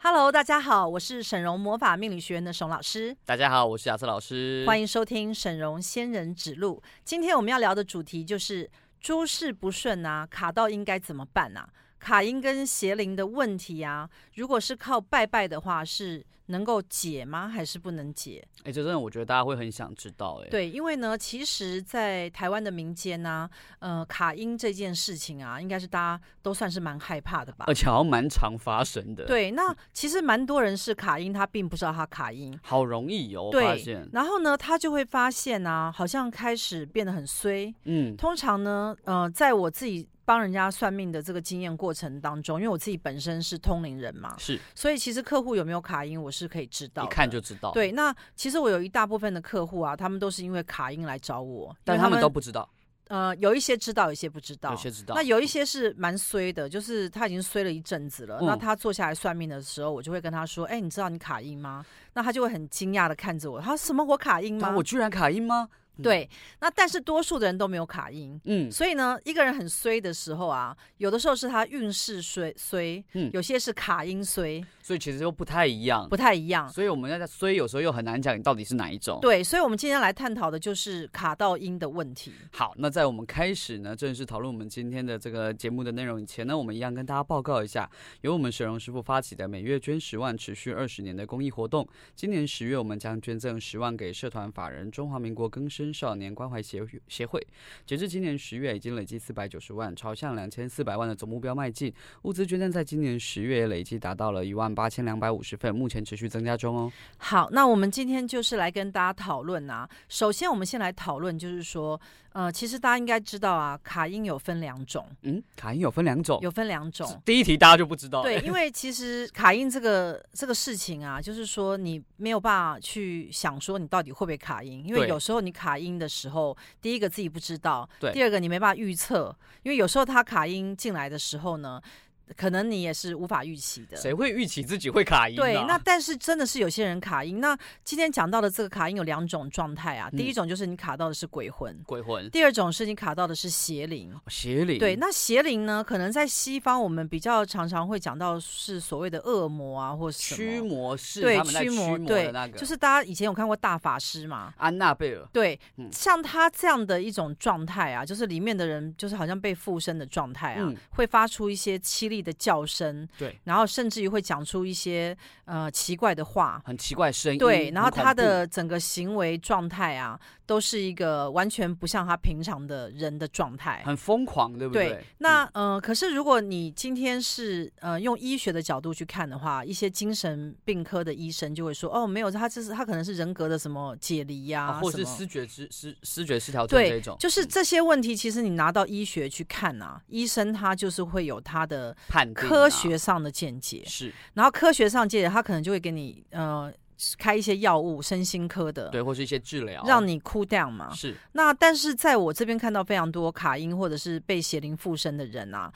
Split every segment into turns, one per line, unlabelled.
Hello，大家好，我是沈荣魔法命理学院的沈老师，
大家好，我是亚瑟老师，
欢迎收听沈荣仙人指路。今天我们要聊的主题就是诸事不顺啊，卡到应该怎么办啊？卡音跟邪灵的问题啊，如果是靠拜拜的话，是能够解吗？还是不能解？
哎、这真的我觉得大家会很想知道、哎，，
对，因为呢，其实，在台湾的民间呢、呃，卡音这件事情啊，应该是大家都算是蛮害怕的吧
而？且好像蛮常发生呃的，，
对，那其实蛮多人是卡音，他并不知道他卡音。
好容易哦，我
对
发现，
然后呢，他就会发现啊，好像开始变得很衰。
嗯，
通常呢，呃，在我自己帮人家算命的这个经验过程当中，因为我自己本身是通灵人嘛，
是
所以其实客户有没有卡音，我是可以知道
一
的。
看就知道，，
对，那其实我有一大部分的客户啊，他们都是因为卡音来找我，因
但
为
他们都不知道，
呃有一些知道，有一些不知道，
有些知道，
那有一些是蛮衰的，就是他已经衰了一阵子了。
嗯
那他坐下来算命的时候，我就会跟他说：“哎、你知道你卡音吗？”那他就会很惊讶的看着我，他说什么我卡音
啊
吗
我？居然卡音吗？嗯，
对，那但是多数的人都没有卡音。
嗯，
所以呢，一个人很衰的时候啊，有的时候是他运势衰衰，
嗯
有些是卡音衰，
所以其实又不太一样，
不太一样。
所以我们要在，所以有时候又很难讲你到底是哪一种。
对，所以我们今天来探讨的就是卡到音的问题。
好，那在我们开始呢正式讨论我们今天的这个节目的内容以前呢，我们一样跟大家报告一下，由我们沈荣师傅发起的每月捐十万、持续二十年的公益活动。今年十月，我们将捐赠十万给社团法人中华民国更生少年关怀协会协会。截至今年十月，已经累计四百九十万，朝向两千四百万的总目标迈进。物资捐赠在今年十月也累计达到了一万八千两百五十份，目前持续增加中哦。
好，那我们今天就是来跟大家讨论啊。首先，我们先来讨论，就是说，呃，其实大家应该知道啊，卡音有分两种，
嗯，卡因有分两种，
有分两种。
第一题大家就不知道了，
对，因为其实卡音这个这个事情啊，就是说你没有办法去想说你到底会不会卡音，因为
对
有时候你卡音的时候，第一个自己不知道，
对
第二个你没办法预测，因为有时候他卡音进来的时候呢，可能你也是无法预期的。
谁会预期自己会卡因、啊？
对，那但是真的是有些人卡音。那今天讲到的这个卡音有两种状态啊，
嗯
第一种就是你卡到的是鬼魂，
鬼魂、
第二种是你卡到的是邪灵。
邪灵，
对，那邪灵呢？可能在西方，我们比较常常会讲到是所谓的恶魔啊，或什
驱
么，
魔是
对
他们在
驱
驱
魔
魔
对
的那个，
就是大家以前有看过大法师嘛？
安娜贝尔。
对，
嗯
像他这样的一种状态啊，就是里面的人就是好像被附身的状态啊，
嗯
会发出一些凄厉的叫声，
对，
然后甚至于会讲出一些呃奇怪的话，
很奇怪的声音，
对，然后
很恐
他的整个行为状态啊，都是一个完全不像他平常的人的状态
怖。很疯狂，对不嗯
对
对，
那、呃，可是如果你今天是呃用医学的角度去看的话，一些精神病科的医生就会说，哦，没有，他这是他可能是人格的什么解离呀、
啊或
什
是
么
视觉失失视觉失调症这
对
一种，，嗯
就是这些问题，其实你拿到医学去看啊，医生他就是会有他的
判定啊
科学上的见解，
是
然后科学上见解，他可能就会给你呃开一些药物，身心科的，
对，或是一些治疗，
嗯让你啊 cool down 嘛。
是
那但是在我这边看到非常多卡因或者是被邪灵附身的人啊，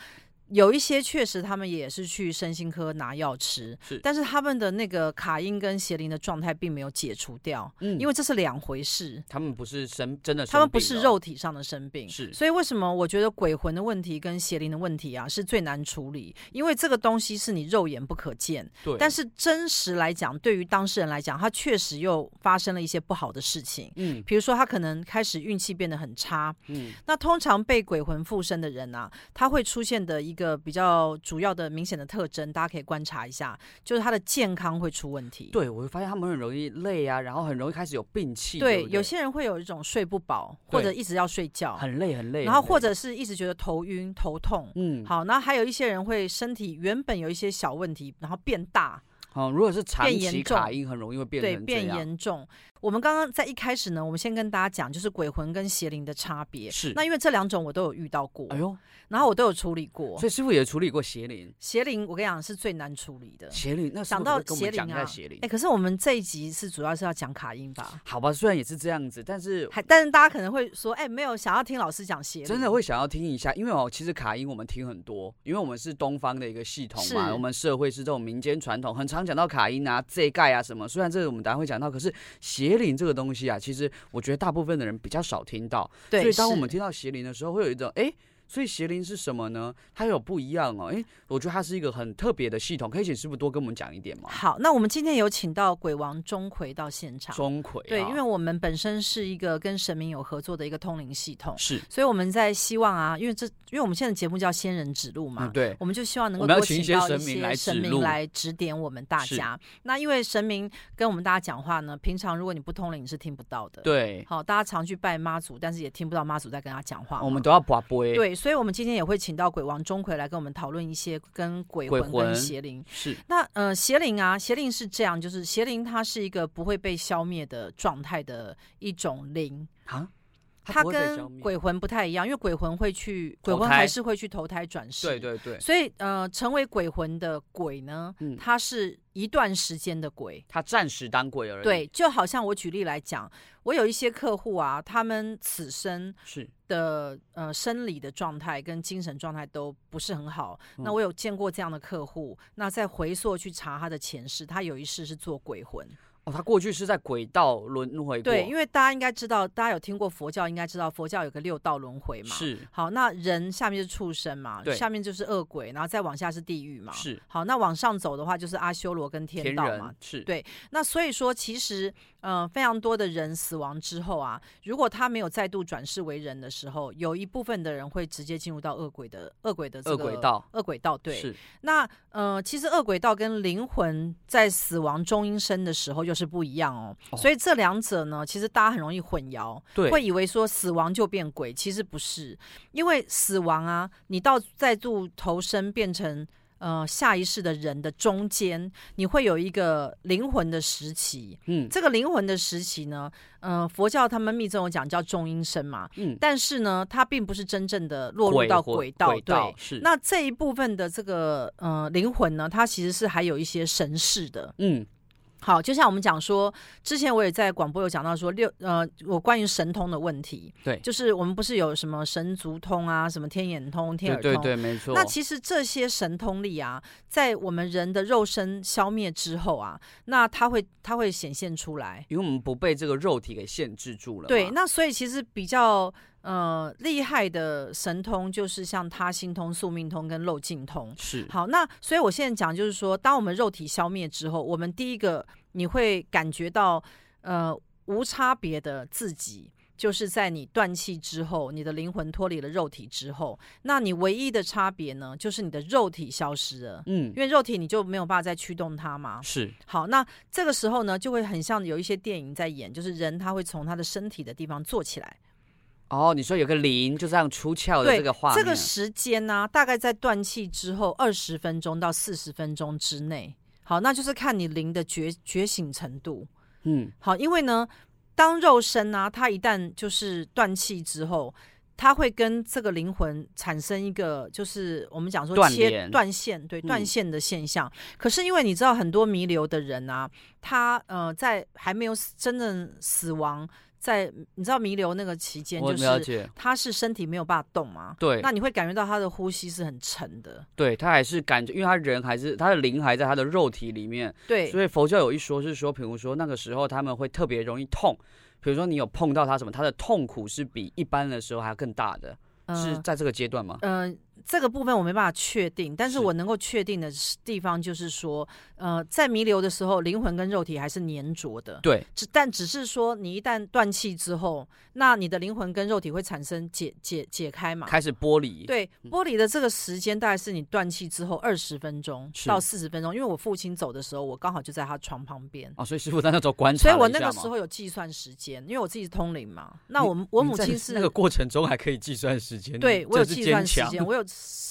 有一些确实他们也是去身心科拿药吃，
是
但是他们的那个卡因跟邪灵的状态并没有解除掉，
嗯
因为这是两回事。
他们不是生真的生病了，
他们不是肉体上的生病，
是
所以为什么我觉得鬼魂的问题跟邪灵的问题啊是最难处理，因为这个东西是你肉眼不可见，
对，
但
是
是真实来讲，对于当事人来讲，他确实又发生了一些不好的事情，
嗯
比如说他可能开始运气变得很差，
嗯
那通常被鬼魂附身的人啊，他会出现的一个比较主要的明显的特征，大家可以观察一下，就是他的健康会出问题。
对，我会发现他们很容易累啊，然后很容易开始有病气，
对，
对不对，
有些人会有一种睡不饱，或者
对
一直要睡觉，
啊很累很累，
然后
很
或
累
者是一直觉得头晕、头痛。
嗯
好，那还有一些人会身体原本有一些小问题，然后变大，
好，如果是长
变严
期
重
卡音，很容易会变
对，
成这
变
样
严重。我们刚刚在一开始呢，我们先跟大家讲，就是鬼魂跟邪灵的差别。
是
那因为这两种我都有遇到过，
哎呦，
然后我都有处理过。
所以师傅也处理过邪灵，
邪灵，我跟你讲是最难处理的。
邪灵，那
讲
师傅
到
可不可
邪
以跟我们讲
灵
一
啊
下邪灵
哎、。可是我们这一集是主要是要讲卡音吧？
好吧，虽然也是这样子，但是
还，但是大家可能会说，哎、没有想要听老师讲邪灵，
真的会想要听一下，因为哦，其实卡音我们听很多，因为我们是东方的一个系统嘛，
是
我们社会是这种民间传统，很常讲到卡音啊、这盖啊什么。虽然这个我们等下会讲到，可是邪灵这个东西啊，其实我觉得大部分的人比较少听到，
对，
所以当我
是
们听到邪灵的时候，会有一种哎。诶所以邪灵是什么呢？它有不一样哦。诶，我觉得它是一个很特别的系统，可以请师傅多跟我们讲一点吗？
好，那我们今天有请到鬼王钟馗到现场。
钟馗、啊，
对，因为我们本身是一个跟神明有合作的一个通灵系统，
是，
所以我们在希望啊，因为这，因为我们现在节目叫仙人指路嘛，
嗯，对，
我们就希望能够
我们要
多
请一
请
些
到
神
一
明
些
来
神
指
明
路
来指点我们大
是
家。那因为神明跟我们大家讲话呢，平常如果你不通灵，你是听不到的。，
对，
好，大家常去拜妈祖，但是也听不到妈祖在跟他讲话嘛。
哦我们都要把杯，，
对，所以我们今天也会请到鬼王钟馗来跟我们讨论一些跟鬼
鬼
魂、跟
魂
邪灵
是
那呃，邪灵啊，邪灵是这样，就是邪灵它是一个不会被消灭的状态的一种灵，
啊，
它
不会被消
跟
灭
鬼魂不太一样，因为鬼魂会去，鬼
投
魂还
胎
是会去投胎转世。
对。对对，
所以呃，成为鬼魂的鬼呢，
嗯
它是一段时间的鬼。
他暂时当鬼而已，
对，，就好像我举例来讲，我有一些客户啊，他们此生
是
的呃生理的状态跟精神状态都不是很好。那
嗯
我有见过这样的客户，那再回溯去查他的前世，他有一世是做鬼魂。
哦，他过去是在轨道轮回过，
对，因为大家应该知道，大家有听过佛教，应该知道佛教有个六道轮回嘛。。
是
好，那人下面是畜生嘛，
对
下面就是恶鬼，然后再往下是地狱嘛。。
是
好，那往上走的话就是阿修罗跟天
天
道嘛
人，是
对那所以说，其实，呃，非常多的人死亡之后啊，如果他没有再度转世为人的时候，有一部分的人会直接进入到恶鬼的恶鬼的这
恶
个
鬼道，
恶鬼道。对，
是
那呃，其实恶鬼道跟灵魂在死亡中阴身的时候又是不一样哦，
哦
所以这两者呢，其实大家很容易混淆。
对
会以为说死亡就变鬼，其实不是，因为死亡啊，你到再度投身变成呃下一世的人的中间，你会有一个灵魂的时期。
嗯
这个灵魂的时期呢，呃，佛教他们密宗有讲叫中阴身嘛，
嗯，
但是呢，它并不是真正的落入
鬼
到
魂
轨道，
轨道
对。
是
那这一部分的这个呃灵魂呢，它其实是还有一些神识的，
嗯
好，就像我们讲说，之前我也在广播有讲到说六呃，我关于神通的问题，
对
就是我们不是有什么神足通啊，什么天眼通、天耳
对
通，
对对没错，
那其实这些神通力啊，在我们人的肉身消灭之后啊，那它会它会显现出来。
因为我们不被这个肉体给限制住了嘛，
对，那所以其实比较呃厉害的神通，就是像他心通、宿命通跟漏尽通。
是
好，那所以我现在讲就是说，当我们肉体消灭之后，我们第一个你会感觉到，呃，无差别的自己，就是在你断气之后，你的灵魂脱离了肉体之后，那你唯一的差别呢，就是你的肉体消失了，
嗯
因为肉体你就没有办法再驱动它嘛。
是
好，那这个时候呢，就会很像有一些电影在演，就是人他会从他的身体的地方坐起来。
哦，你说有个灵就这样出窍的
对
这个画面，
这个时间呢、大概在断气之后二十分钟到四十分钟之内。好，那就是看你灵的觉觉醒程度。
嗯
好，因为呢，当肉身呢、它一旦就是断气之后，它会跟这个灵魂产生一个，就是我们讲说
断
切
联
断线，对断
嗯
线的现象。可是因为你知道，很多弥留的人啊，他呃，在还没有死真正死亡，在你知道弥留那个期间，
我
就
了
是
解，
他是身体没有办法动嘛，
对
那你会感觉到他的呼吸是很沉的，
对，他还是感觉，因为他人还是他的灵还在他的肉体里面，
对
所以佛教有一说是说，比如说那个时候他们会特别容易痛，比如说你有碰到他什么，他的痛苦是比一般的时候还要更大的，是
嗯
在这个阶段吗？
嗯、呃这个部分我没办法确定，但是
是
我能够确定的是地方就是说，呃，在弥留的时候，灵魂跟肉体还是粘着的，
对，
只但只是说你一旦断气之后，那你的灵魂跟肉体会产生解解解开嘛。
开始嗯剥离，
对，剥离的这个时间大概是你断气之后二十分钟
是
到四十分钟，因为我父亲走的时候，我刚好就在他床旁边，
哦，所以师傅在那时候观察
所以
了一下
我
嘛，
那个时候有计算时间，因为我自己是通灵嘛。那我我
你
母
嗯在
亲是
那个过程中还可以计算时间，
对
你
我有
真是
计算
坚
时
强
间，，我有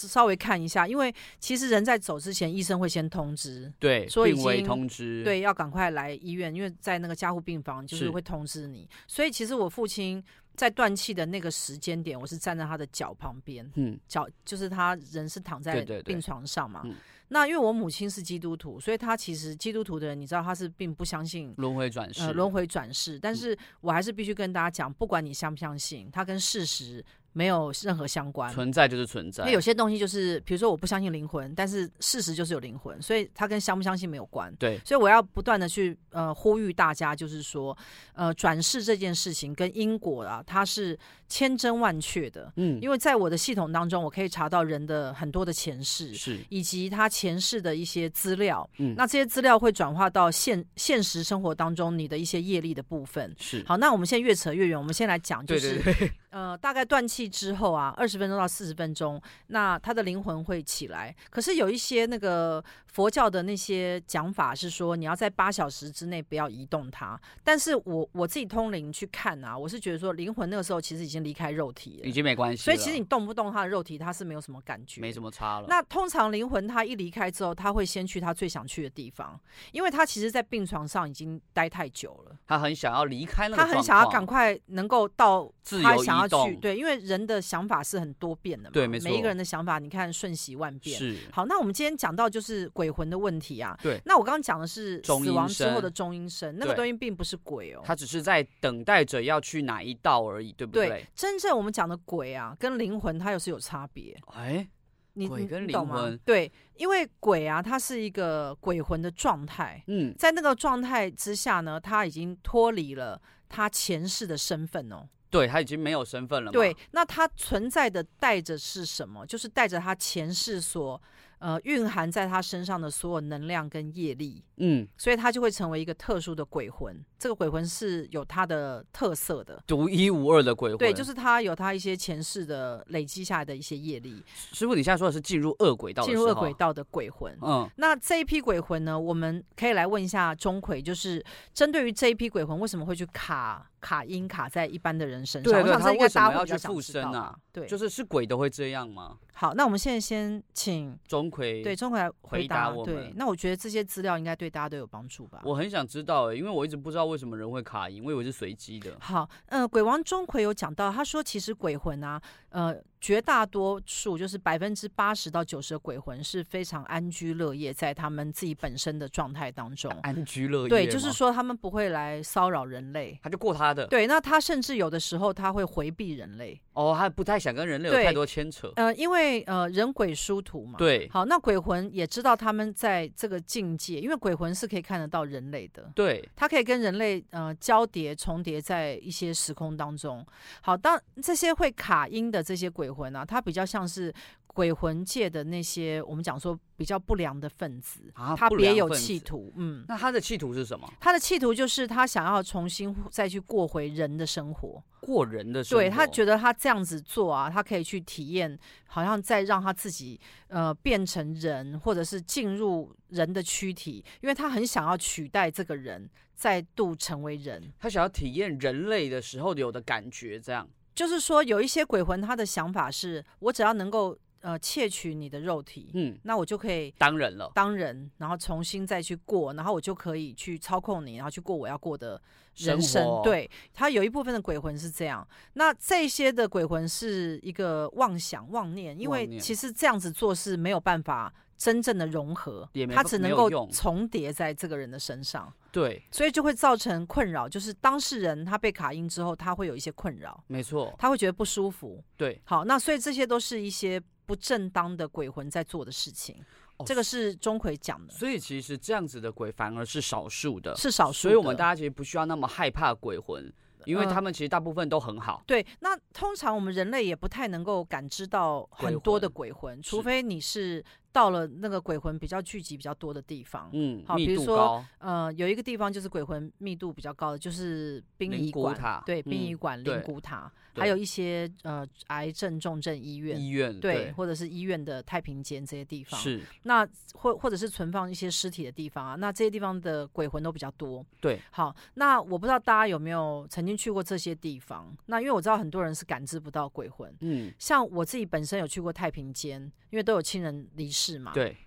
稍微看一下，因为其实人在走之前，医生会先通知，
对，
所以已
病危
经
通知，，
对，要赶快来医院，因为在那个加护病房就是
是
会通知你。所以其实我父亲在断气的那个时间点，我是站在他的脚旁边，
嗯，
脚就是他人是躺在
对对对
病床上嘛。
嗯
那因为我母亲是基督徒，所以她其实基督徒的人，你知道她是并不相信呃
轮回转世，嗯
呃轮回转世，但是我还是必须跟大家讲，不管你相不相信，它跟事实没有任何相关。
存在就是存在
因为。有些东西就是，比如说我不相信灵魂，但是事实就是有灵魂，所以它跟相不相信没有关。
对，
所以我要不断的去呃呼吁大家，就是说，呃，转世这件事情跟因果啊，它是千真万确的。
嗯，
因为在我的系统当中，我可以查到人的很多的前世，
是，
以及他前世的一些资料。
嗯，
那这些资料会转化到现现实生活当中你的一些业力的部分。
是，
好，那我们现在越扯越远，我们先来讲，就
对
是
对对，
呃，大概断气之后啊，二十分钟到四十分钟，那他的灵魂会起来。可是有一些那个佛教的那些讲法是说，你要在八小时之内不要移动它。但是我我自己通灵去看啊，我是觉得说灵魂那个时候其实已经离开肉体
已
了，
经没关系了，
所以其实你动不动他的肉体，他是没有什么感觉，
没什么差了。
那通常灵魂他一离开之后，他会先去他最想去的地方，因为他其实，在病床上已经待太久了，
他很想要离开那个
他
状况，
很想要赶快能够到
自
他
由
想要去。
移动，
对，因为人的想法是很多变的嘛，
对没错
每一个人的想法，你看瞬息万变。
是
好，那我们今天讲到就是鬼魂的问题啊。
对
那我刚刚讲的是
中
死亡
阴
之后
身
的中阴身，那个
对
东西并不是鬼哦。
他只是在等待着要去哪一道而已，对不
对，真正我们讲的鬼啊，跟灵魂它又是有差别。
哎，
你
鬼
你
跟
你懂
灵
吗
魂
对，因为鬼啊，它是一个鬼魂的状态，
嗯，
在那个状态之下呢，他已经脱离了他前世的身份哦。
对他已经没有身份了嘛，
对，那他存在的带着是什么？就是带着他前世所呃蕴含在他身上的所有能量跟业力，
嗯，
所以他就会成为一个特殊的鬼魂。这个鬼魂是有他的特色的。
独一无二的鬼魂。
对，就是他有他一些前世的累积下来的一些业力，
师傅，你现在说的是进入恶轨道的
进
时
入
候，
恶鬼道的鬼魂。
嗯，
那这一批鬼魂呢，我们可以来问一下钟馗，就是针对于这一批鬼魂，为什么会去卡卡音卡在一般的人身上？
对
我
对
想这
他
应该
为什
大
么
家会比较
要去
想
附
知道
身啊
吧？对，
就是是鬼都会这样吗？
好，那我们现在先请
钟馗，
对钟馗来
回答
答。
我
对
们，
那我觉得这些资料应该对大家都有帮助吧。
我很想知道、欸，因为我一直不知道为什么人会卡音，我以为是随机 的。
好，呃，鬼王钟馗有讲到，他说其实鬼魂啊，呃，绝大多数就是百分之八十到九十的鬼魂是非常安居乐业，在他们自己本身的状态当中。
安居乐业吗，
对，就是说他们不会来骚扰人类。
他就过他的，
对，那他甚至有的时候他会回避人类，
哦，他不太想跟人类有
对
太多牵扯，
呃，因为呃人鬼殊途嘛。。
对
好，那鬼魂也知道他们在这个境界，因为鬼魂是可以看得到人类的，
对，
它可以跟人类呃交叠、重叠在一些时空当中。好，当这些会卡音的这些鬼魂啊，它比较像是鬼魂界的那些我们讲说比较不良的分子，
啊
他
不
别
良
有
分
企
子
图，嗯。
那他的企图是什么？
他的企图就是他想要重新再去过回人的生活，
过人的生活，
对他觉得他这样子做啊，他可以去体验，好像再让他自己呃变成人，或者是进入人的躯体，因为他很想要取代这个人，再度成为人。
他想要体验人类的时候有的感觉，这样
就是说，有一些鬼魂他的想法是，我只要能够呃窃取你的肉体，
嗯，
那我就可以。
当然了，
当人，然后重新再去过，然后我就可以去操控你，然后去过我要过的人
生
生
活，
对，他有一部分的鬼魂是这样。那这些的鬼魂是一个妄想、妄念，因
妄
为
念
其实这样子做是没有办法真正的融合
也，没
他
办
只
没
能
有
够
用
重叠在这个人的身上，
对，
所以就会造成困扰。就是当事人他被卡音之后，他会有一些困扰，
没错，
他会觉得不舒服。
对，
好，那所以这些都是一些不正当的鬼魂在做的事情。
哦
这个是钟馗讲的，
所以其实这样子的鬼反而是少数的，
是少数
所
的。
以我们大家其实不需要那么害怕鬼魂，因为
嗯
他们其实大部分都很好，
对，那通常我们人类也不太能够感知到很多的鬼魂，除
是
非你是到了那个鬼魂比较聚集比较多的地方。
嗯，
好比
密
如
度
说
高，
呃，有一个地方就是鬼魂密度比较高的，就是殡
灵
仪
骨
馆，
塔
对，殡
嗯
仪馆、
对
灵骨塔，还有一些呃癌症重症医院。
医院
对，或者是医院的太平间这些地方，
是
那或或者是存放一些尸体的地方啊，那这些地方的鬼魂都比较多。
对，
好，那我不知道大家有没有曾经去过这些地方？那因为我知道很多人是感知不到鬼魂，
嗯，
像我自己本身有去过太平间，因为都有亲人离世嘛。。
对，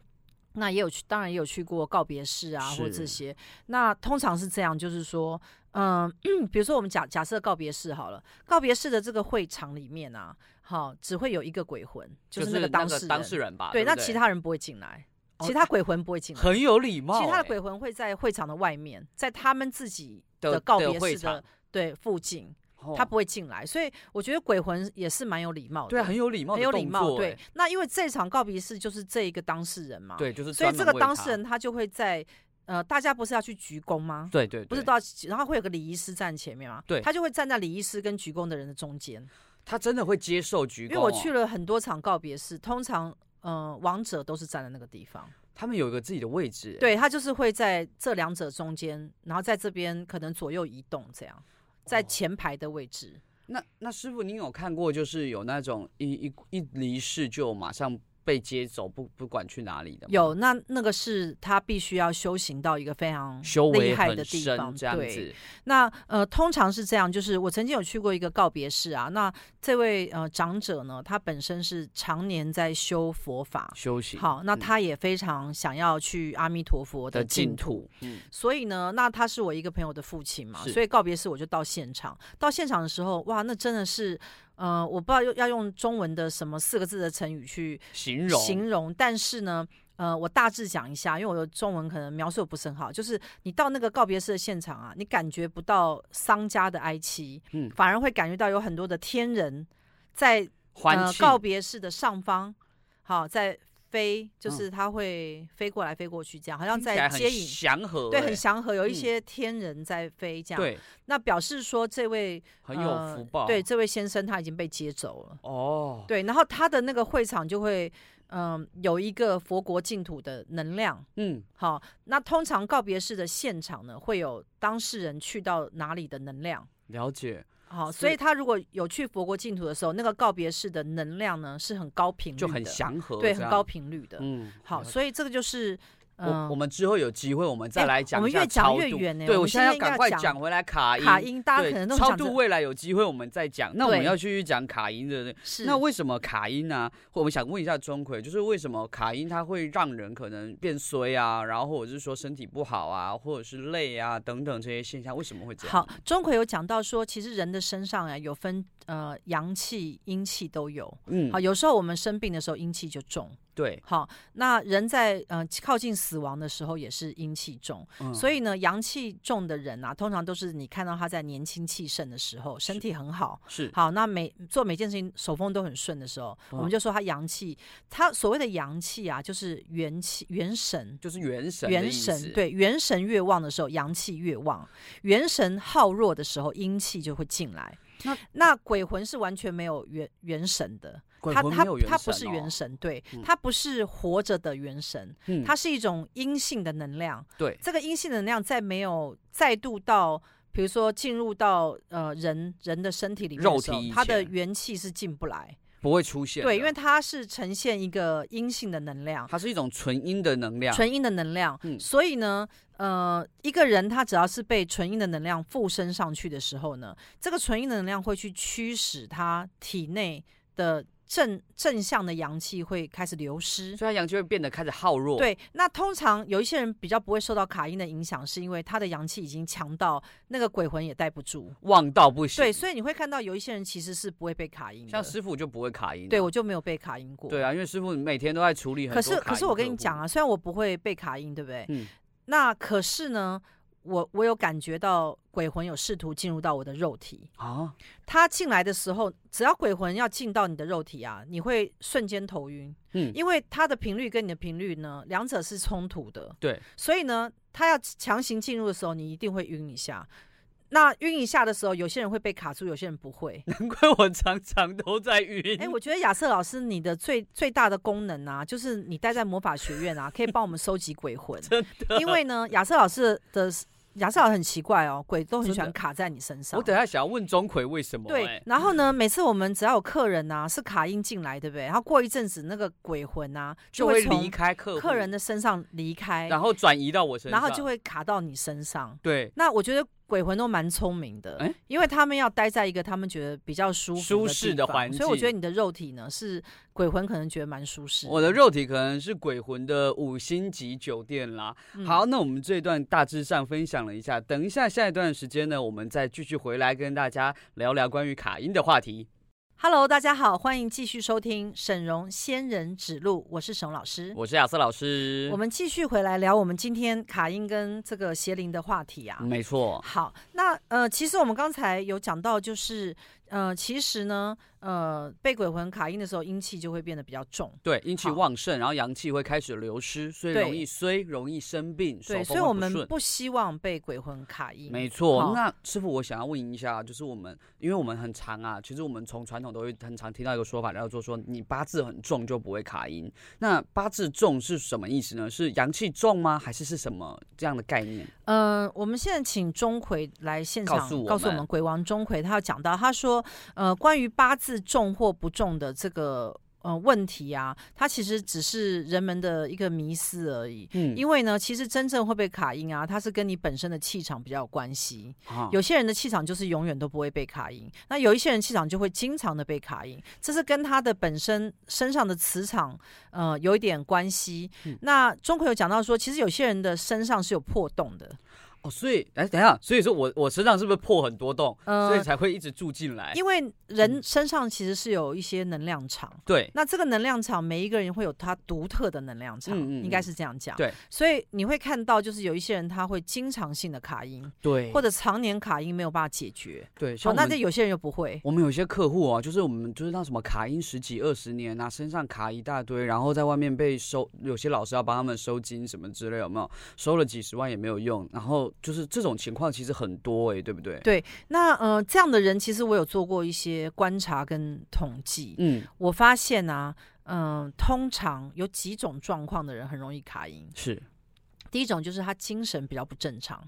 那也有去，当然也有去过告别式啊，或
是
这些。那通常是这样，就是说，嗯， 比如说我们假假设告别式好了，告别式的这个会场里面啊，好，只会有一个鬼魂，
就是
那个当
当
事人。
当事人吧，
对，
对，
那其他人不会进来，
哦
其他鬼魂不会进来。
很有礼貌欸，
其他的鬼魂会在会场的外面，在他们自己
的
告
的
别
会
式的
场
对附近，
哦
他不会进来。所以我觉得鬼魂也是蛮有礼貌的，
对啊很有礼貌
很
的
有
动作欸，
礼貌。对，那因为这场告别式就是这一个当事人嘛，，
对，就是
啊所以
专
这
门
个
为
当
他
事人他就会在呃，大家不是要去鞠躬吗？
对对
不是
对
到，然后会有个礼仪师站前面嘛，
对
他就会站在礼仪师跟鞠躬的人的中间。
他真的会接受鞠
因
躬、哦
为我去，了很多场告别式，通常，呃，王者都是站在那个地方，
他们有一个自己的位置欸，
对他就是会在这两者中间，然后在这边可能左右移动这样，在
哦
前排的位置。
那那师傅，您有看过就是有那种一一一离世就马上被接走，不不管去哪里的吗？
有，那那个是他必须要修行到一个非常
修
厉
为
害的
很
地
深
方，
这样
对。
子，
那呃，通常是这样，就是我曾经有去过一个告别式啊，那这位呃长者呢，他本身是常年在修佛法。
修行
好，那
嗯
他也非常想要去阿弥陀佛
的
的
净
净
土
土，，
嗯，
所以呢，那他是我一个朋友的父亲嘛，
是
所以告别式我就到现场。到现场的时候，哇，那真的是，呃，我不知道要要用中文的什么四个字的成语去
形容
形容，但是呢，呃，我大致讲一下，因为我的中文可能描述得不是很好。就是你到那个告别式的现场啊，你感觉不到丧家的哀戚，
嗯
反而会感觉到有很多的天人在
欢
呃
庆
告别式的上方，好在飞，就是它会飞过来飞过去，这样好像
嗯听起来
在
很
接引。
祥和欸，
对，很祥和，有一
嗯
些天人在飞，这样。
对，
那表示说这位
很有
呃
福报，
对，这位先生他已经被接走了。
哦，
对，然后他的那个会场就会，嗯、有一个佛国净土的能量。
嗯，
好，那通常告别式的现场呢，会有当事人去到哪里的能量。
了解，
好，
是
所以他如果有去佛国净土的时候，那个告别式的能量呢是很高频率的，
就很祥和，
对，很高，频率的。
嗯，
好，
了
所以这个就是，嗯、
我我们之后有机会，我们再
哎
来讲
我们
一下
越讲
超
越
度
远欸
对，
我
我
们
现
现在
在要
应
赶
该
快
讲
讲回来卡因。
卡音大家
对
可能都
超
想着
度未来有机会我们再讲。那我们
对
要继续讲卡因的。
是
那为什么卡因呢、或我们想问一下钟馗，就是为什么卡因它会让人可能变衰啊，然后或者是说身体不好啊，或者是累啊等等这些现象，为什么会这样？
好，钟馗有讲到说，其实人的身上啊有分呃阳气、阴气都有。
嗯
好，，有时候我们生病的时候阴气就重。
对，
好，那人在呃靠近死亡的时候也是阴气重，
嗯
所以呢，阳气重的人啊，通常都是你看到他在年轻气盛的时候，身体很好。
是
好，那每做每件事情手风都很顺的时候，我们就说他阳气。他所谓的阳气啊，就是元气、元神。
就是元神的意
元
思，
神对元神越旺的时候，阳气越旺；元神耗弱的时候，阴气就会进来。
那
那鬼魂是完全没有元元神的，
鬼
它
魂
它
没有元神、
它
哦，
不是元神，对
嗯，
它不是活着的元神，
嗯，
它是一种阴性的能量。
对
这个阴性能量在没有再度到，比如说进入到呃人人的身体里面
肉
的时候
体以，
它的
前
元气是进不来。
不会出现的，
对，因为它是呈现一个阴性的能量。
它是一种纯阴的能量，
纯阴的能量。
嗯
所以呢，呃，一个人他只要是被纯阴的能量附身上去的时候呢，这个纯阴的能量会去驱使他体内的正正向的阳气会开始流失。
所以它阳气会变得开始耗弱，，
对，那通常有一些人比较不会受到卡因的影响，是因为他的阳气已经强到那个鬼魂也待不住。
旺到不行，
对，所以你会看到有一些人其实是不会被卡因的。
像师傅就不会卡音、
对，我就没有被卡因过。
对啊，因为师傅每天都在处理很
可
多
是
卡
可是
因
我跟
客
你
户
讲，啊，虽然我不会被卡音，对不对？
嗯，
那可是呢，我我有感觉到鬼魂有试图进入到我的肉体。
啊，
他进来的时候，只要鬼魂要进到你的肉体啊，你会瞬间头晕，
嗯，
因为它的频率跟你的频率呢，两者是冲突的。
对，
所以呢，他要强行进入的时候，你一定会晕一下。那晕一下的时候，有些人会被卡住，有些人不会。
难怪我常常都在晕。
哎、我觉得亚瑟老师你的最最大的功能啊，就是你待在魔法学院啊，可以帮我们收集鬼魂。
真
的，因为呢，亚瑟老师的亚瑟老师很奇怪哦，鬼都很喜
真
欢
的
卡在你身上。
我等一下想要问钟馗为什么、
对
哎，
然后呢？每次我们只要有客人啊，是卡因进来，对不对？然后过一阵子，那个鬼魂啊
就
会
会离
从
开客户
客人，的身上离开，
然后转移到我身上，
然后就会卡到你身上。
对
那我觉得鬼魂都蛮聪明的，
哎
因为他们要待在一个他们觉得比较舒服地
舒适的
方
环境
所以我觉得你的肉体呢是鬼魂可能觉得蛮舒适。
我的肉体可能是鬼魂的五星级酒店啦。
嗯
好，那我们这一段大致上分享了一下，等一下下一段时间呢，我们再继续回来跟大家聊聊关于卡音的话题。
Hello，大家好，欢迎继续收听沈荣仙人指路，我是沈荣老师。
我是亚瑟老师，
我们继续回来聊我们今天卡因跟这个邪灵的话题啊。
没错，
好，那呃，其实我们刚才有讲到，就是呃，其实呢，呃，被鬼魂卡因的时候，阴气就会变得比较重。
对，阴气
好
旺盛，然后阳气会开始流失，所以
对
容易衰，容易生病，
对，
手
所
风
以
会
我
不
们
顺
不希望被鬼魂卡因。
没
好
错，那师傅，我想要问一下，就是我们，因为我们很常啊，其实我们从传统都会很常听到一个说法，然后就说你八字很重就不会卡音。那八字重是什么意思呢？是阳气重吗？还是是什么这样的概念？
呃，我们现在请钟馗来现场
告诉我
我
们
们鬼王钟馗，他要讲到，他说，呃，关于八字重或不重的这个呃问题啊，它其实只是人们的一个迷思而已。
嗯，
因为呢，其实真正会被卡音啊，它是跟你本身的气场比较有关系。
啊
有些人的气场就是永远都不会被卡音，那有一些人气场就会经常的被卡音，这是跟他的本身身上的磁场呃有一点关系。
嗯
那钟馗有讲到说，其实有些人的身上是有破洞的，
哦，所以哎，等一下，所以说我我身上是不是破很多洞，
呃
所以才嗯会一直住进来？
因为人身上其实是有一些能量场。
对，
那这个能量场，每一个人会有他独特的能量场，
嗯嗯嗯
应该是这样讲。
对，
所以你会看到，就是有一些人他会经常性的卡音，
对，
或者常年卡音没有办法解决。
对，
好，
像
那
我
这
们
有些人又不会。
我们有些客户啊，就是我们就是那什么卡音十几二十年啊，身上卡一大堆，然后在外面被收，有些老师要帮他们收金什么之类，有没有？收了几十万也没有用，然后就是这种情况其实很多哎、对不对？
对那呃，这样的人其实我有做过一些观察跟统计，
嗯，
我发现啊，嗯、通常有几种状况的人很容易卡音。
是
第一种就是他精神比较不正常，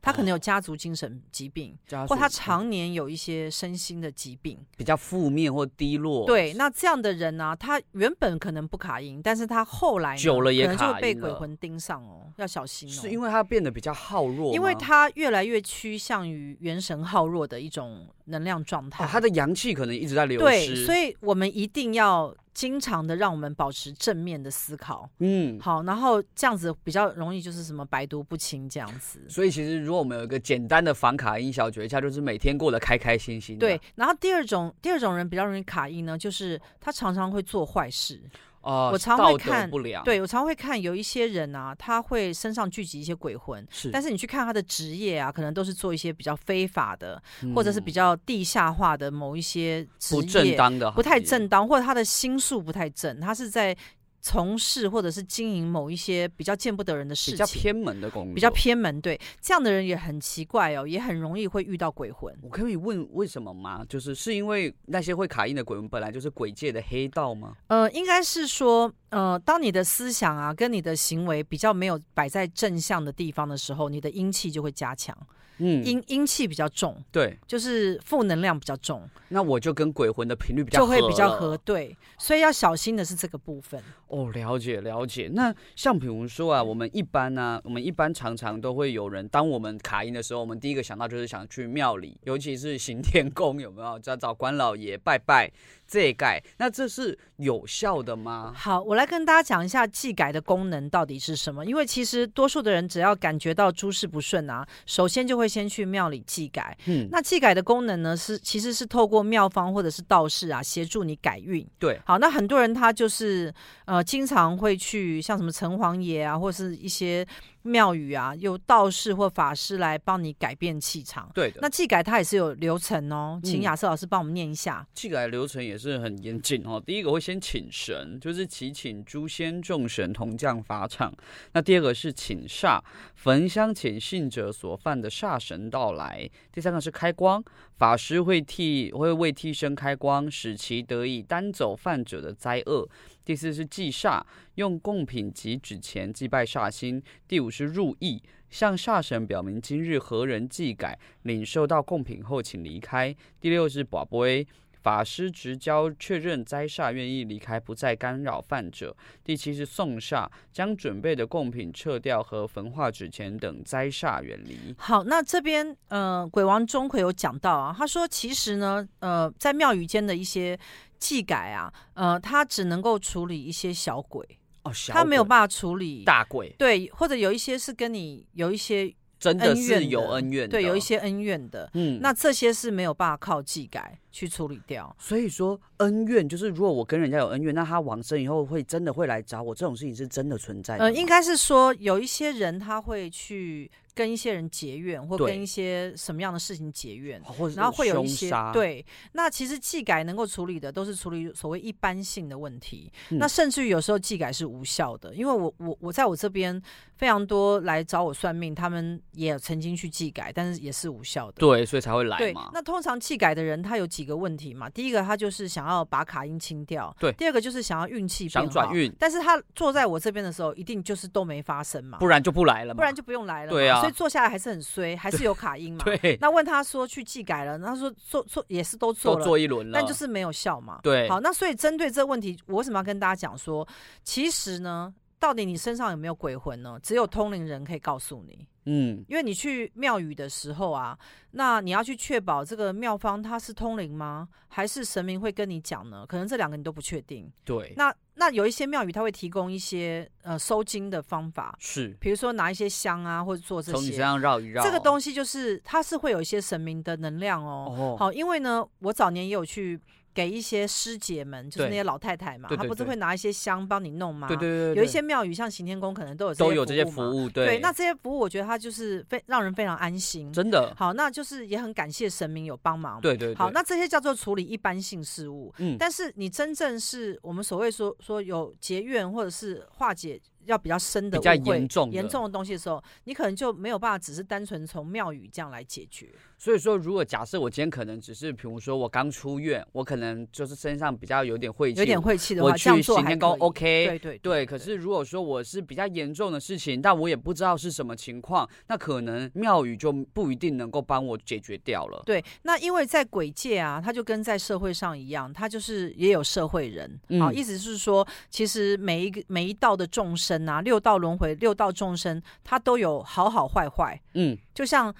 他
哦
可能有家族精神疾病，
家属
或他
嗯
常年有一些身心的疾病。
比较负面或低落，
对，那这样的人呢、他原本可能不卡音，但是他后来呢
久了也
可能就
卡
会被
音
鬼
了
魂盯上哦，要小心哦。
是因为他变得比较好弱吗，
因为他越来越趋向于元神耗弱的一种能量状态，
哦他的阳气可能一直在流
对，
失，
所
以
以我们一定要经常的让我们保持正面的思考，
嗯。
好，然后这样子比较容易就是什么百毒不侵这样子。
所以其实，如果我们有一个简单的防卡音小诀窍，就是每天过得开开心心的。
对，然后第二种第二种人比较容易卡音呢，就是他常常会做坏事。
哦，
我常会
道德
看
不良，，
对我常会看有一些人啊，他会身上聚集一些鬼魂，
是，
但是你去看他的职业啊，可能都是做一些比较非法的，或者是比
嗯
较地下化的某一些职业，
不正当的行业，
不太正当，或者他的心术不太正，他是在从事或者是经营某一些比较见不得人的事
比
情，
较偏门的工作，
比较。偏门。对，这样的人也很奇怪哦，也很容易会遇到鬼魂。
我可以问为什么吗？就是是因为那些会卡印的鬼魂本来就是鬼界的黑道吗？
呃，应该是说，呃，当你的思想啊跟你的行为比较没有摆在正向的地方的时候，你的阴气就会加强，
嗯，
阴阴气比较重，
对，
就是负能量比较重，
那我就跟鬼魂的频率比较
就会比较
了
合对，所以要小心的是这个部分。
哦，了解了解。那像比如说啊，我们一般呢、我们一般常常都会有人，当我们卡音的时候，我们第一个想到就是想去庙里，尤其是行天宫，有没有？要找关老爷拜拜这盖。那这是有效的吗？
好，我来跟大家讲一下技改的功能到底是什么。因为其实多数的人只要感觉到诸事不顺啊，首先就会先去庙里技改。
嗯，
那技改的功能呢，是其实是透过妙方或者是道士啊，协助你改运。
对，
好，那很多人他就是呃，经常会去像什么城隍爷啊，或是一些庙宇啊，由道士或法师来帮你改变气场。
对的。
那技改它也是有流程哦，请
嗯
亚瑟老师帮我们念一下。
祭改流程也是很严谨哦。第一个会先请神，就是祈请诸仙众神同降法场；那第二个是请煞，焚香请信者所犯的煞神到来；第三个是开光，法师会替会为替身开光，使其得以担走犯者的灾厄；第四是祭煞，用贡品及纸钱祭拜煞星；第五是入意。向煞神表明今日何人祭改，领受到贡品后请离开。第六是宝贝，法师直交确认灾煞愿意离开，不再干扰犯者。第七是送煞，将准备的贡品撤掉和焚化纸钱等灾煞远离。
好，那这边呃，鬼王钟馗有讲到啊，他说其实呢，呃，在庙宇间的一些技改啊，呃，他只能够处理一些小鬼，
哦，小
他没有
鬼
办法处理
大鬼，
对，或者有一些是跟你有一些
真的
恩怨
是
的
有恩怨的，哦
对，有一，些恩怨的，
嗯，
那这些是没有办法靠技改去处理掉。
所以说恩怨就是，如果我跟人家有恩怨，那他往生以后会真的会来找我，这种事情是真的存在的吗。
嗯，应该是说有一些人他会去跟一些人结怨，或
对
跟一些什么样的事情结怨。
哦，或者
然后
是
会有一
凶
些
杀，
对，那其实技改能够处理的都是处理所谓一般性的问题，
嗯
那甚至于有时候技改是无效的，因为我我我在我这边非常多来找我算命，他们也曾经去技改，但是也是无效的。
对，所以才会来
对
嘛，。
那通常技改的人，他有几个问题嘛？第一个，他就是想要把卡音清掉；
对
第二个就是想要运气
想
变
转
好
运
但是他坐在我这边的时候，一定就是都没发生嘛，
不然就不来了嘛，
不然就不用来了嘛。
对啊
所以坐下来还是很衰，还是有卡音 嘛。
对，
那问他说去技改了，他说做做也是都做
都
了，
做一轮了，
但就是没有效嘛。
对，
好，那所以针对这问题，我为什么要跟大家讲说，其实呢，到底你身上有没有鬼魂呢？只有通灵人可以告诉你。
嗯，
因为你去庙宇的时候啊，那你要去确保这个庙方它是通灵吗？还是神明会跟你讲呢？可能这两个你都不确定。
对，
那那有一些庙宇它会提供一些呃收金的方法，
是
比如说拿一些香啊，或者做这
从你身
些。
上绕一绕，
这个
西
东西就是它是会有一些神明的能量哦。
哦，
好，因为呢，我早年也有去给一些师姐们，就是
对
那些老太太嘛，
对
她
对
不是
对
会拿一些香帮你弄吗？
对对对对，
有一
对
些庙宇像行天宫可能都有
都有这些
服务
服
嘛
务，
对，那这些服务我觉得它就是非让人非常安心。
真的，
好，那就是也很感谢神明有帮忙。，
对对，
好，
对
那这些叫做处理一般性事务。
嗯，
但是你真正是我们所谓说说有结怨或者是化解要比较深的
比较
误会
严重的
严重的东西的时候，你可能就没有办法只是单纯从庙宇这样来解决。
所以说，如果假设我今天可能只是，比如说我刚出院，我可能就是身上比较有点晦气，
有点晦气的
我
话，这样
去
做
行
还
天
可
宫
以。
OK。
对对
对，可是如果说我是比较严重的事情，但我也不知道是什么情况，那可能庙宇就不一定能够帮我解决掉了。
对，那因为在鬼界啊，它就跟在社会上一样，它就是也有社会人。
嗯
好、意思是说，其实每一个每一道的众生啊，六道轮回、六道众生，它都有好好坏坏，
嗯，
就像。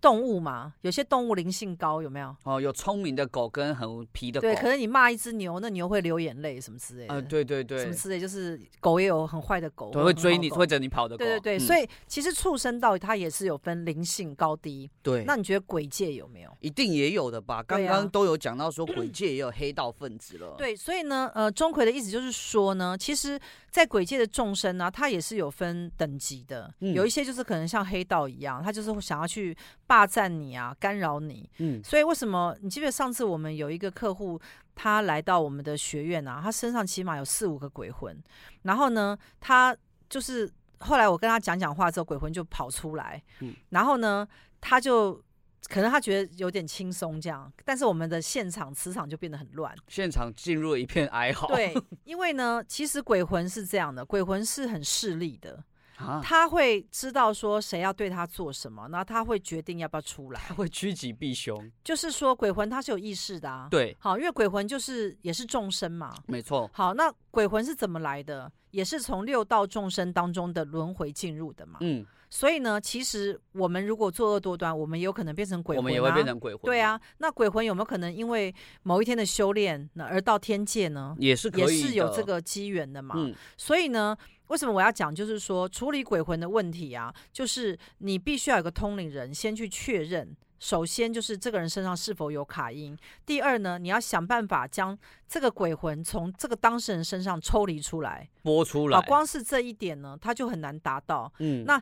动物嘛，有些动物灵性高，有没有？
哦，有聪明的狗跟很皮的狗，
对，可能你骂一只牛，那牛会流眼泪什么之类的，
呃，对对
什
对
么，之类，就是狗也有很坏的狗，
对会追你，
会
会着你跑的狗。
对对对，
嗯
所以其实畜生道它也是有分灵性高低。
对，呃
那你觉得鬼界有没有？
一定也有的吧？刚
对啊
刚都有讲到说鬼界也有黑道分子了。，
对，所以呢，呃，钟馗的意思就是说呢，其实，在鬼界的众生呢、他也是有分等级的，
嗯
有一些就是可能像黑道一样，他就是会想要去霸占你啊，干扰你。
嗯，
所以为什么你记不记得上次我们有一个客户，他来到我们的学院啊，他身上起码有四五个鬼魂，然后呢，他就是后来我跟他讲讲话之后，鬼魂就跑出来，
嗯
然后呢，他就。可能他觉得有点轻松这样，但是我们的现场磁场就变得很乱。
现场进入了一片哀嚎。
对，因为呢，其实鬼魂是这样的，鬼魂是很势利的，
啊，
他会知道说谁要对他做什么，然后他会决定要不要出来。
他会趋吉避凶。
就是说，鬼魂他是有意识的啊。，
对，
好，因为鬼魂就是也是众生嘛。
没错。
好，那鬼魂是怎么来的？也是从六道众生当中的轮回进入的嘛。
嗯，
所以呢，其实我们如果作恶多端，我们也有可能变成鬼
我
魂、啊，
们也会变成鬼魂。
对，啊，那鬼魂有没有可能因为某一天的修炼，那而到天界呢？
也是可以
也
的
是有这。个机缘的嘛。
嗯，
所以呢，为什么我要讲，就是说处理鬼魂的问题啊，就是你必须要有个通灵人先去确认。首先就是这个人身上是否有卡因，第二呢，你要想办法将这个鬼魂从这个当事人身上抽离出来。
播出
啊，
来。
光是这一点呢，他就很难达到。
嗯，
那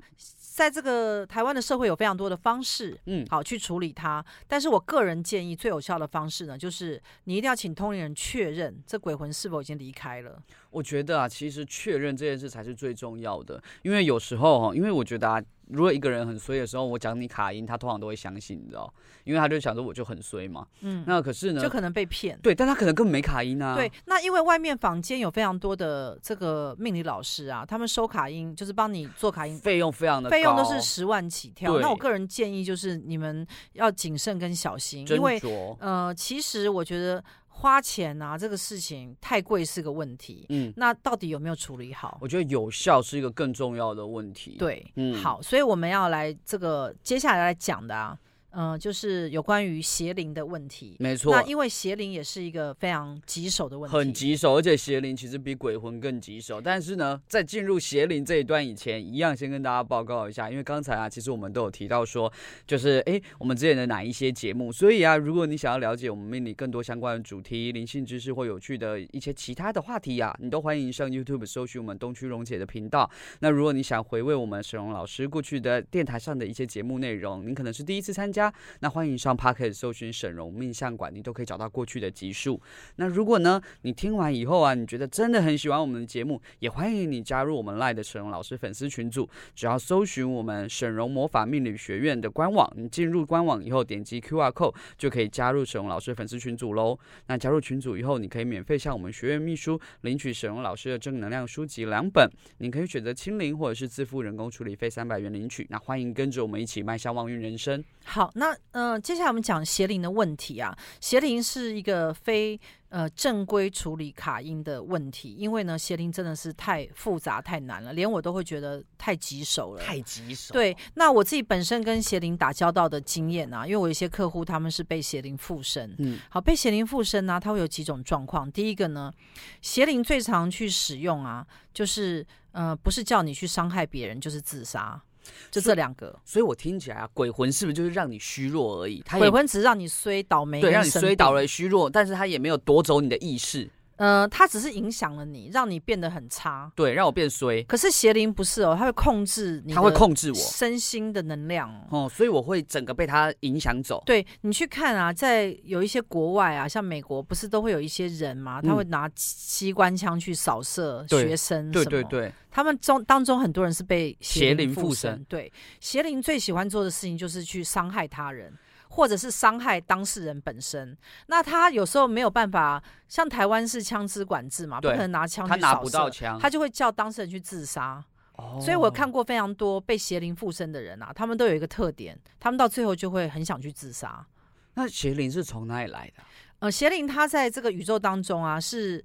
在这个台湾的社会有非常多的方式，
嗯，
好去处理它。但是我个人建议最有效的方式呢，就是你一定要请通灵人确认这鬼魂是否已经离开了。
我觉得啊，其实确认这件事才是最重要的，因为有时候哈，因为我觉得啊。如果一个人很衰的时候，我讲你卡音，他通常都会相信，你知道，因为他就想说我就很衰嘛。
嗯，
那可是呢
就，可能被骗。
对，但他可能根本没卡音啊。
对，，那因为外面坊间有非常多的这个命理老师啊，他们收卡音就是帮你做卡音，
费用非常的高，
费用都是十万起跳。
对
那我个人建议就是你们要谨慎跟小心，
斟
因为
酌。
呃，其实我觉得花钱啊这个事情太贵是个问题，
嗯，
那到底有没有处理好？
我觉得有效是一个更重要的问题。，
对，
嗯
好，所以我们要来这个接下来来讲的啊。呃，就是有关于邪灵的问题。
没错
那，因为邪灵也是一个非常棘手的问题，
很棘手，而且邪灵其实比鬼魂更棘手。但是呢，在进入邪灵这一段以前，一样先跟大家报告一下，因为刚才啊，其实我们都有提到说，就是诶，我们之前的哪一些节目，所以啊，如果你想要了解我们命理更多相关的主题、灵性知识或有趣的一些其他的话题啊，你都欢迎上 YouTube 搜寻我们东区荣姐的频道。那如果你想回味我们沈荣老师过去的电台上的一些节目内容，你可能是第一次参加，那欢迎上 p o c k e t 搜寻沈荣命相馆，你都可以找到过去的集数。那如果呢，你听完以后啊，你觉得真的很喜欢我们的节目，也欢迎你加入我们赖的沈荣老师粉丝群组。只要搜寻我们沈荣魔法命理学院的官网，你进入官网以后，点击 Q R code 就可以加入沈荣老师粉丝群组喽。那加入群组以后，你可以免费向我们学院秘书领取沈荣老师的正能量书籍两本，你可以选择清零或者是自付人工处理费三百元领取。那欢迎跟着我们一起迈向旺运人生。
好，那呃，接下来我们讲邪灵的问题啊。邪灵是一个非呃正规处理卡因的问题，因为呢，邪灵真的是太复杂太难了，连我都会觉得太棘手了。
棘手
对，那我自己本身跟邪灵打交道的经验啊，因为我有一些客户他们是被邪灵附身。
嗯，
好，被邪灵附身呢、它会有几种状况。第一个呢，邪灵最常去使用啊，就是呃，不是叫你去伤害别人，就是自杀，就这两个。
所以我听起来啊，鬼魂是不是就是让你虚弱而已？他
鬼
也
魂只是让你衰倒霉，
对，让你衰倒了、虚弱，但是他也没有夺走你的意识，
呃，它只是影响了你，让你变得很差。
对，让我变衰，
可是邪灵不是哦，它会控制你，
他会控制我，
身心的能量哦。
哦，所以我会整个被他影响走。
对你去看啊，在有一些国外啊，像美国不是都会有一些人嘛，他
嗯
会拿机关枪去扫射
对
学生，
对对，对，
他们中当中很多人是被
邪
灵
灵附
身。
身
对，邪灵最喜欢做的事情就是去伤害他人，或者是伤害当事人本身。那他有时候没有办法，像台湾是枪支管制嘛，不
对
可能拿枪去
他
扫射，
拿不到枪，
他就会叫当事人去自杀。
哦
所以我看过非常多被邪灵附身的人啊，他们都有一个特点，他们到最后就会很想去自杀。
那邪灵是从哪里来的？啊
呃，邪灵它在这个宇宙当中啊是。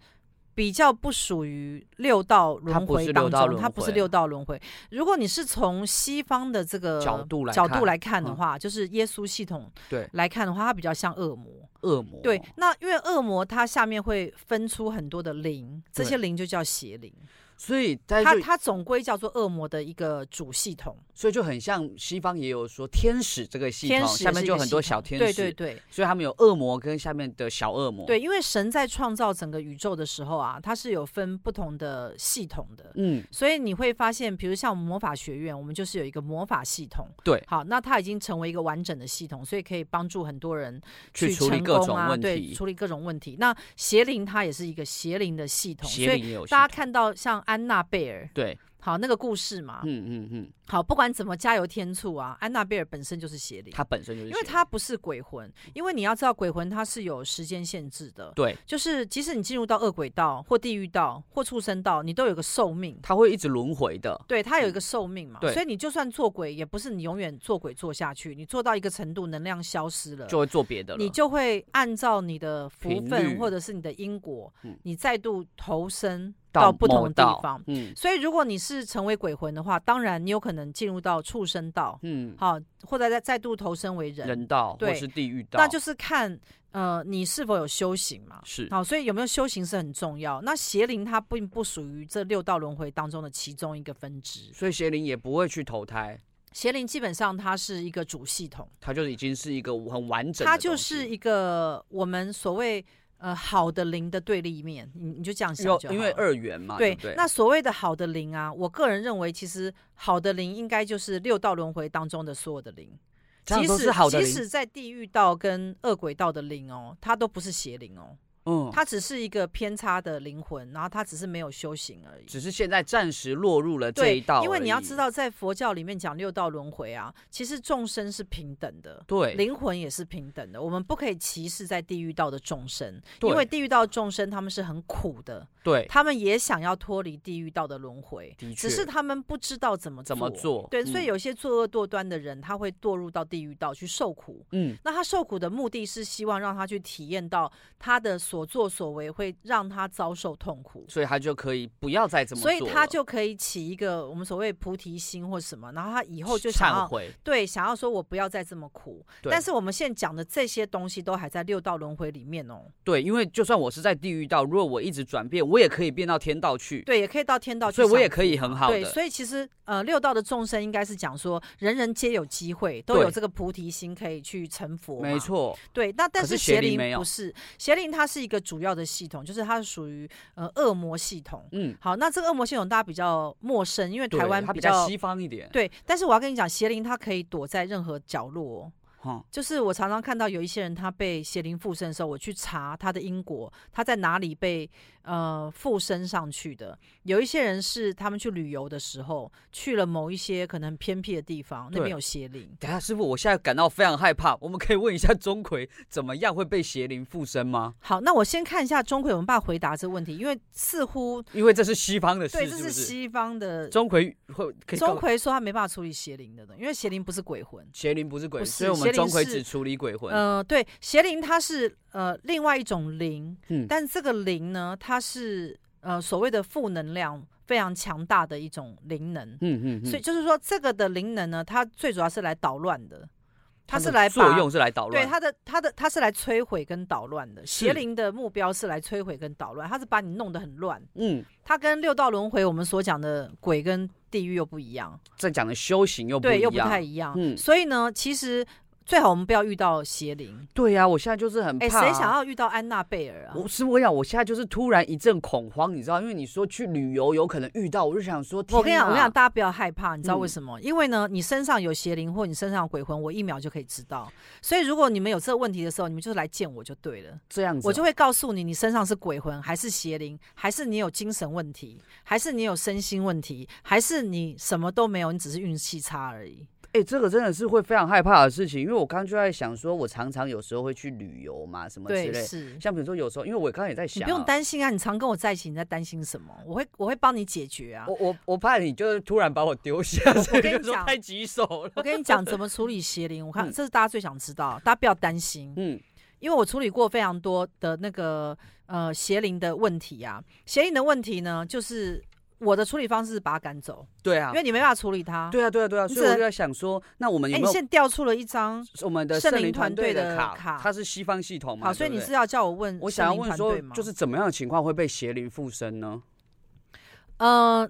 比较不属于六道
它
轮
不
回
是六
当
道
中，
轮
它不是
回
六道轮回。如果你是从西方的这个
角度来
角
看
度来看的
嗯
话，就是耶稣系统
对哦
来看的话，它比较像恶魔。
恶魔，
对，那因为恶魔它下面会分出很多的灵，这
对
些灵就叫邪灵。
所以他
它
就
它总归叫做恶魔的一个主系统。
所以就很像西方也有说天使这个系
天
统，
使
下
也
面
是一
就
个
很
系
多
统
小天
对
使，哦
对对
所以他们有恶魔跟下面的小恶魔，
对，，因为神在创造整个宇宙的时候啊，它是有分不同的系统的。
嗯，
所以你会发现，比如像我们魔法学院，我们就是有一个魔法系统。
对
好，那它已经成为一个完整的系统，所以可以帮助很多人
去处
成
理各
功
种
啊，
问
对，
题，
处理各种问题。那邪灵它也是一个邪灵的系统，所
邪
以
灵也有系
大家
统
看到像安娜贝尔，
对，
好那个故事嘛，
嗯嗯嗯，
好，不管怎么加油添醋啊，安娜贝尔本身就是邪灵，
他本身就
因
是邪灵，
为它不是鬼魂，因为你要知道鬼魂它是有时间限制的。
对。
就是，即使你进入到恶鬼道或地狱道或畜生道，你都有个寿命。
他会一直轮回的。
对，它有一个寿命嘛，
嗯对
所以你就算做鬼，也不是你永远做鬼做下去，你做到一个程度，能量消失了，
就会做别的了。
你就会按照你的福
频率
分或者是你的因果，
嗯
你再度投身
到
到不同
某
的
道
地方。
嗯
所以，如果你是成为鬼魂的话，当然你有可能进入到畜生道，
嗯，
好、或者再再度投身为人，
人道或
对
是地狱道，
那就是看呃你是否有修行嘛。
是
好，所以有没有修行是很重要。那邪灵它并不属于这六道轮回当中的其中一个分支。
所以邪灵也不会去投胎，
邪灵基本上它是一个主系统，
它就已经是一个很完整的东西。
它就是一个我们所谓呃好的灵的对立面，你你就这样想
有
就好
因为
了
二元嘛，
对
不对？
那所谓的好的灵啊，我个人认为其实好的灵应该就是六道轮回当中的所有的灵，
这样
即
都
使
是好的
即
灵，
使在地狱道跟恶鬼道的灵哦，它都不是邪灵哦，
嗯，
它只是一个偏差的灵魂，然后它只是没有修行而已。
只是现在暂时落入了这
对
一道，
因为你要知，道，在佛教里面讲六道轮回啊，其实众生是平等的，
对，
灵魂也是平等的，我们不可以歧视在地狱道的众生，因
对
为地狱道的众生他们是很苦的，
对，
他们也想要脱离地狱道的轮回
的，确
只是他们不知道怎么
怎么
做。
做？
对，
嗯
所以有些作恶多端的人，他会堕入到地狱道去受苦。
嗯，
那他受苦的目的是希望让他去体验到他的所作所为会让他遭受痛苦，
所以他就可以不要再这么
所以
做啊
他
了
就可以起一个我们所谓菩提心或什么，然后他以后就想
忏
要
悔，
对想要说我不要再这么苦。
对
但是我们现在讲的这些东西都还在六道轮回里面哦，
对，因为就算我是在地狱道，如果我一直转变，我也可以变到天道去，
对，也可以到天道去
所
上
以
课，
我也可以很好
对，
的。
所以其实呃，六道的众生应该是讲说，人人皆有机会，都有
对
这个菩提心可以去成佛。
没，错，
对。那但
可是邪
邪
灵没
灵
有
不是，邪灵它是一个主要的系统，就是它是属于呃恶魔系统。
嗯，
好，那这个恶魔系统大家比较陌生，因为
对
台湾
它比
较
较西方一点，
对。但是我要跟你讲，邪灵它可以躲在任何角落哦。
哈，
就是我常常看到有一些人，他被邪灵附身的时候，我去查他的因果，他在哪里被呃附身上去的。有一些人是他们去旅游的时候，去了某一些可能偏僻的地方，那
对
边有邪灵。
等一下，师傅，我现在感到非常害怕。我们可以问一下钟馗，怎么样会被邪灵附身吗？
好，那我先看一下钟馗有没有办法回答这个问题，因为似乎
因为这是西方的事，
对这
是不
是
是？
西方的。
钟馗会可以
钟
告
馗说他没办法处理邪灵的东西，因为邪灵不是鬼魂。
邪灵不是鬼，
不是
所以我
邪
们
灵
钟馗
是
只处理鬼魂。
呃，对，邪灵它是呃另外一种灵，
嗯，
但这个灵呢，它是呃所谓的负能量非常强大的一种灵能，
嗯嗯嗯，
所以就是说这个的灵能呢，它最主要是来捣乱的，它
的
是来
作
把
用是来捣
对
乱，
它的它的它是来摧毁跟捣乱的。邪
是
灵的目标是来摧毁跟捣乱，它是把你弄得很乱。
嗯，
它跟六道轮回我们所讲的鬼跟地狱又不一样，
在讲的修行又不
对，
一
又不太
样。
一样。
嗯
所以呢，其实最好我们不要遇到邪灵。
对呀、我现在就是很怕、
哎，
啊。
谁想要遇到安娜贝尔啊？
我是我想，我现在就是突然一阵恐慌，你知道，因为你说去旅游有可能遇到，我就想说，
我跟你
天啊
讲，我跟你
哪
讲，大家不要害怕，你知道为
嗯
什么？因为呢，你身上有邪灵或你身上有鬼魂，我一秒就可以知道。所以如果你们有这个问题的时候，你们就来见我就对了，
这样子哦，
我就会告诉你，你身上是鬼魂还是邪灵，还是你有精神问题，还是你有身心问题，还是你什么都没有，你只是运气差而已。
哎、这个真的是会非常害怕的事情，因为我刚刚就在想说，我常常有时候会去旅游嘛，什么之
对，
类。
是。
像比如说，有时候因为我刚刚也在
你
想、啊，
不用担心啊，你常跟我在一起，你在担心什么？我会我会帮你解决啊。
我我我怕你就是突然把我丢下，所以
跟你
就说
讲
太棘手了。
我跟你 讲怎么处理邪灵，我看
嗯
这是大家最想知道，大家不要担心。
嗯，
因为我处理过非常多的那个呃邪灵的问题啊，邪灵的问题呢，就是我的处理方式是把它赶走，
对啊
因，为你没办法处理它。
对啊，对啊，对啊，
你
所以我
只
就在想说，那我们
哎、
有
你
没有
现在调出了一张，
我们的
圣
圣
灵
灵
团
团队
队
的
的
卡？
卡
它是西方系统嘛？
好，所以
对
你
不
是
对
要叫我问
我
圣
想要
灵
问
团
说
队，吗？
就是怎么样的情况会被邪灵附身呢？
呃，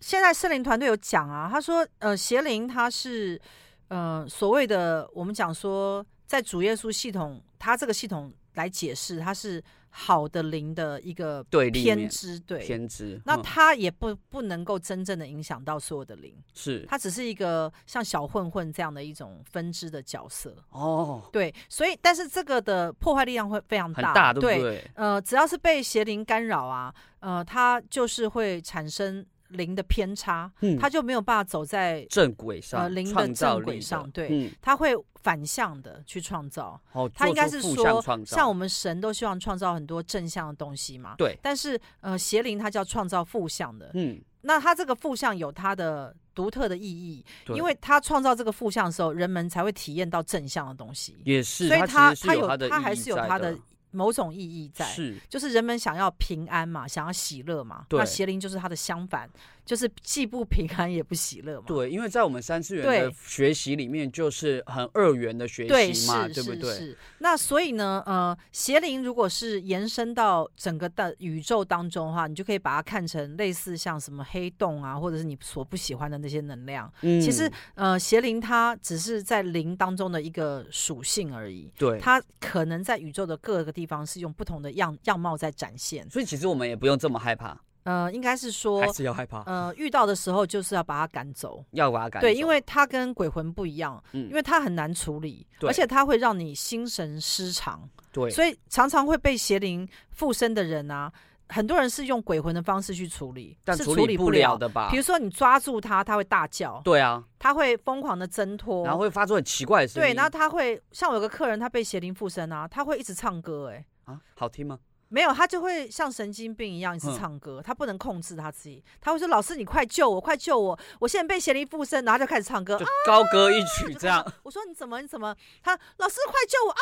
现在圣灵团队有讲啊，他说呃邪灵它是呃所谓的我们讲说在主耶稣系统，它这个系统来解释它是好的灵的一个
对立
偏
面
知，对。
偏执，
那
嗯
它也不不能够真正的影响到所有的灵，
是
它只是一个像小混混这样的一种分支的角色。
哦，
对，所以但是这个的破坏力量会非常
很
大，
大，对
对
不对？
呃，只要是被邪灵干扰啊，呃，它就是会产生灵的偏差，
嗯
它就没有办法走在
正轨
呃
上，
灵的
创造
正
力
轨
的
上，对，
嗯，
它会反向的去创造。
哦，
它应
做
该
出
是
负向
说
创造
像我们神都希望创造很多正向的东西嘛，
对，
但是呃，邪灵它叫创造负向的，
嗯，
那它这个负向有它的独特的意义，
对
因为它创造这个负向的时候，人们才会体验到正向的东西，
也是，
所以
它
它
其实是有
有
的，
它还是有它
它
的某种意义在。
是
就是人们想要平安嘛，想要喜乐嘛，
对
那邪灵就是它的相反，就是既不平安也不喜乐嘛。
对，因为在我们三次元的
对
学习里面，就是很二元的学
对，
习
是
嘛，
是
不对？
是。那所以呢，呃，邪灵如果是延伸到整个的宇宙当中的话，你就可以把它看成类似像什么黑洞啊，或者是你所不喜欢的那些能量。
嗯
其实呃，邪灵它只是在灵当中的一个属性而已，
对，
它可能在宇宙的各个地方是用不同的样样貌在展现。
所以其实我们也不用这么害怕，
呃，应该是说
还，是要害怕，
呃，遇到的时候就是要把它赶走。
要把它赶走。
对，因为它跟鬼魂不一样，
嗯
因为它很难处理，
对
而且它会让你心神失常，
对，
所以常常会被邪灵附身的人啊，很多人是用鬼魂的方式去处理，
但
是
处
处
理
不
了。的吧
比？如说你抓住它，它会大叫，
对啊，
它会疯狂的挣脱，
然后会发出很奇怪的声音。
对，然后他会像我有个客人，他被邪灵附身啊，他会一直唱歌、欸，哎，
啊，好听吗？
没有，他就会像神经病一样一直
嗯
唱歌，他不能控制他自己，他会说：“老师，你快救我，快救我，我现在被邪灵附身。”然后他就开始唱歌啊
就，高歌一
我
曲
就
这
看
样
到。我说你怎么你怎么？他老师快救我啊！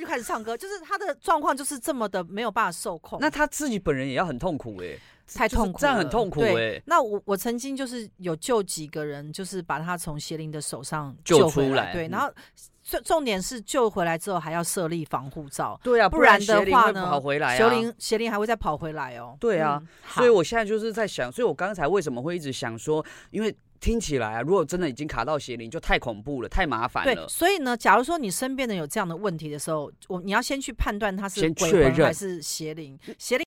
就开始唱歌，就是他的状况就是这么的没有办法受控。
那他自己本人也要很痛苦哎、
太
就是
痛苦了，
这样很痛苦
对
哎、
那我我曾经就是有救几个人，就是把他从邪灵的手上
救
回
出
来，
来
对，
嗯
然后重重点是救回来之后还要设立防护罩，
对啊，
不
然
然的
邪灵
话
会
呢
跑回来
邪
啊。
灵邪灵还会再跑回来哦。
对啊
嗯，
所以我现在就是在想，所以我刚才为什么会一直想说，因为听起来啊，如果真的已经卡到邪灵，就太恐怖了，太麻烦
对，
了。
所以呢，假如说你身边的有这样的问题的时候，我你要先去判断他是
先
鬼
确
魂还
认嗯
是邪灵，邪灵。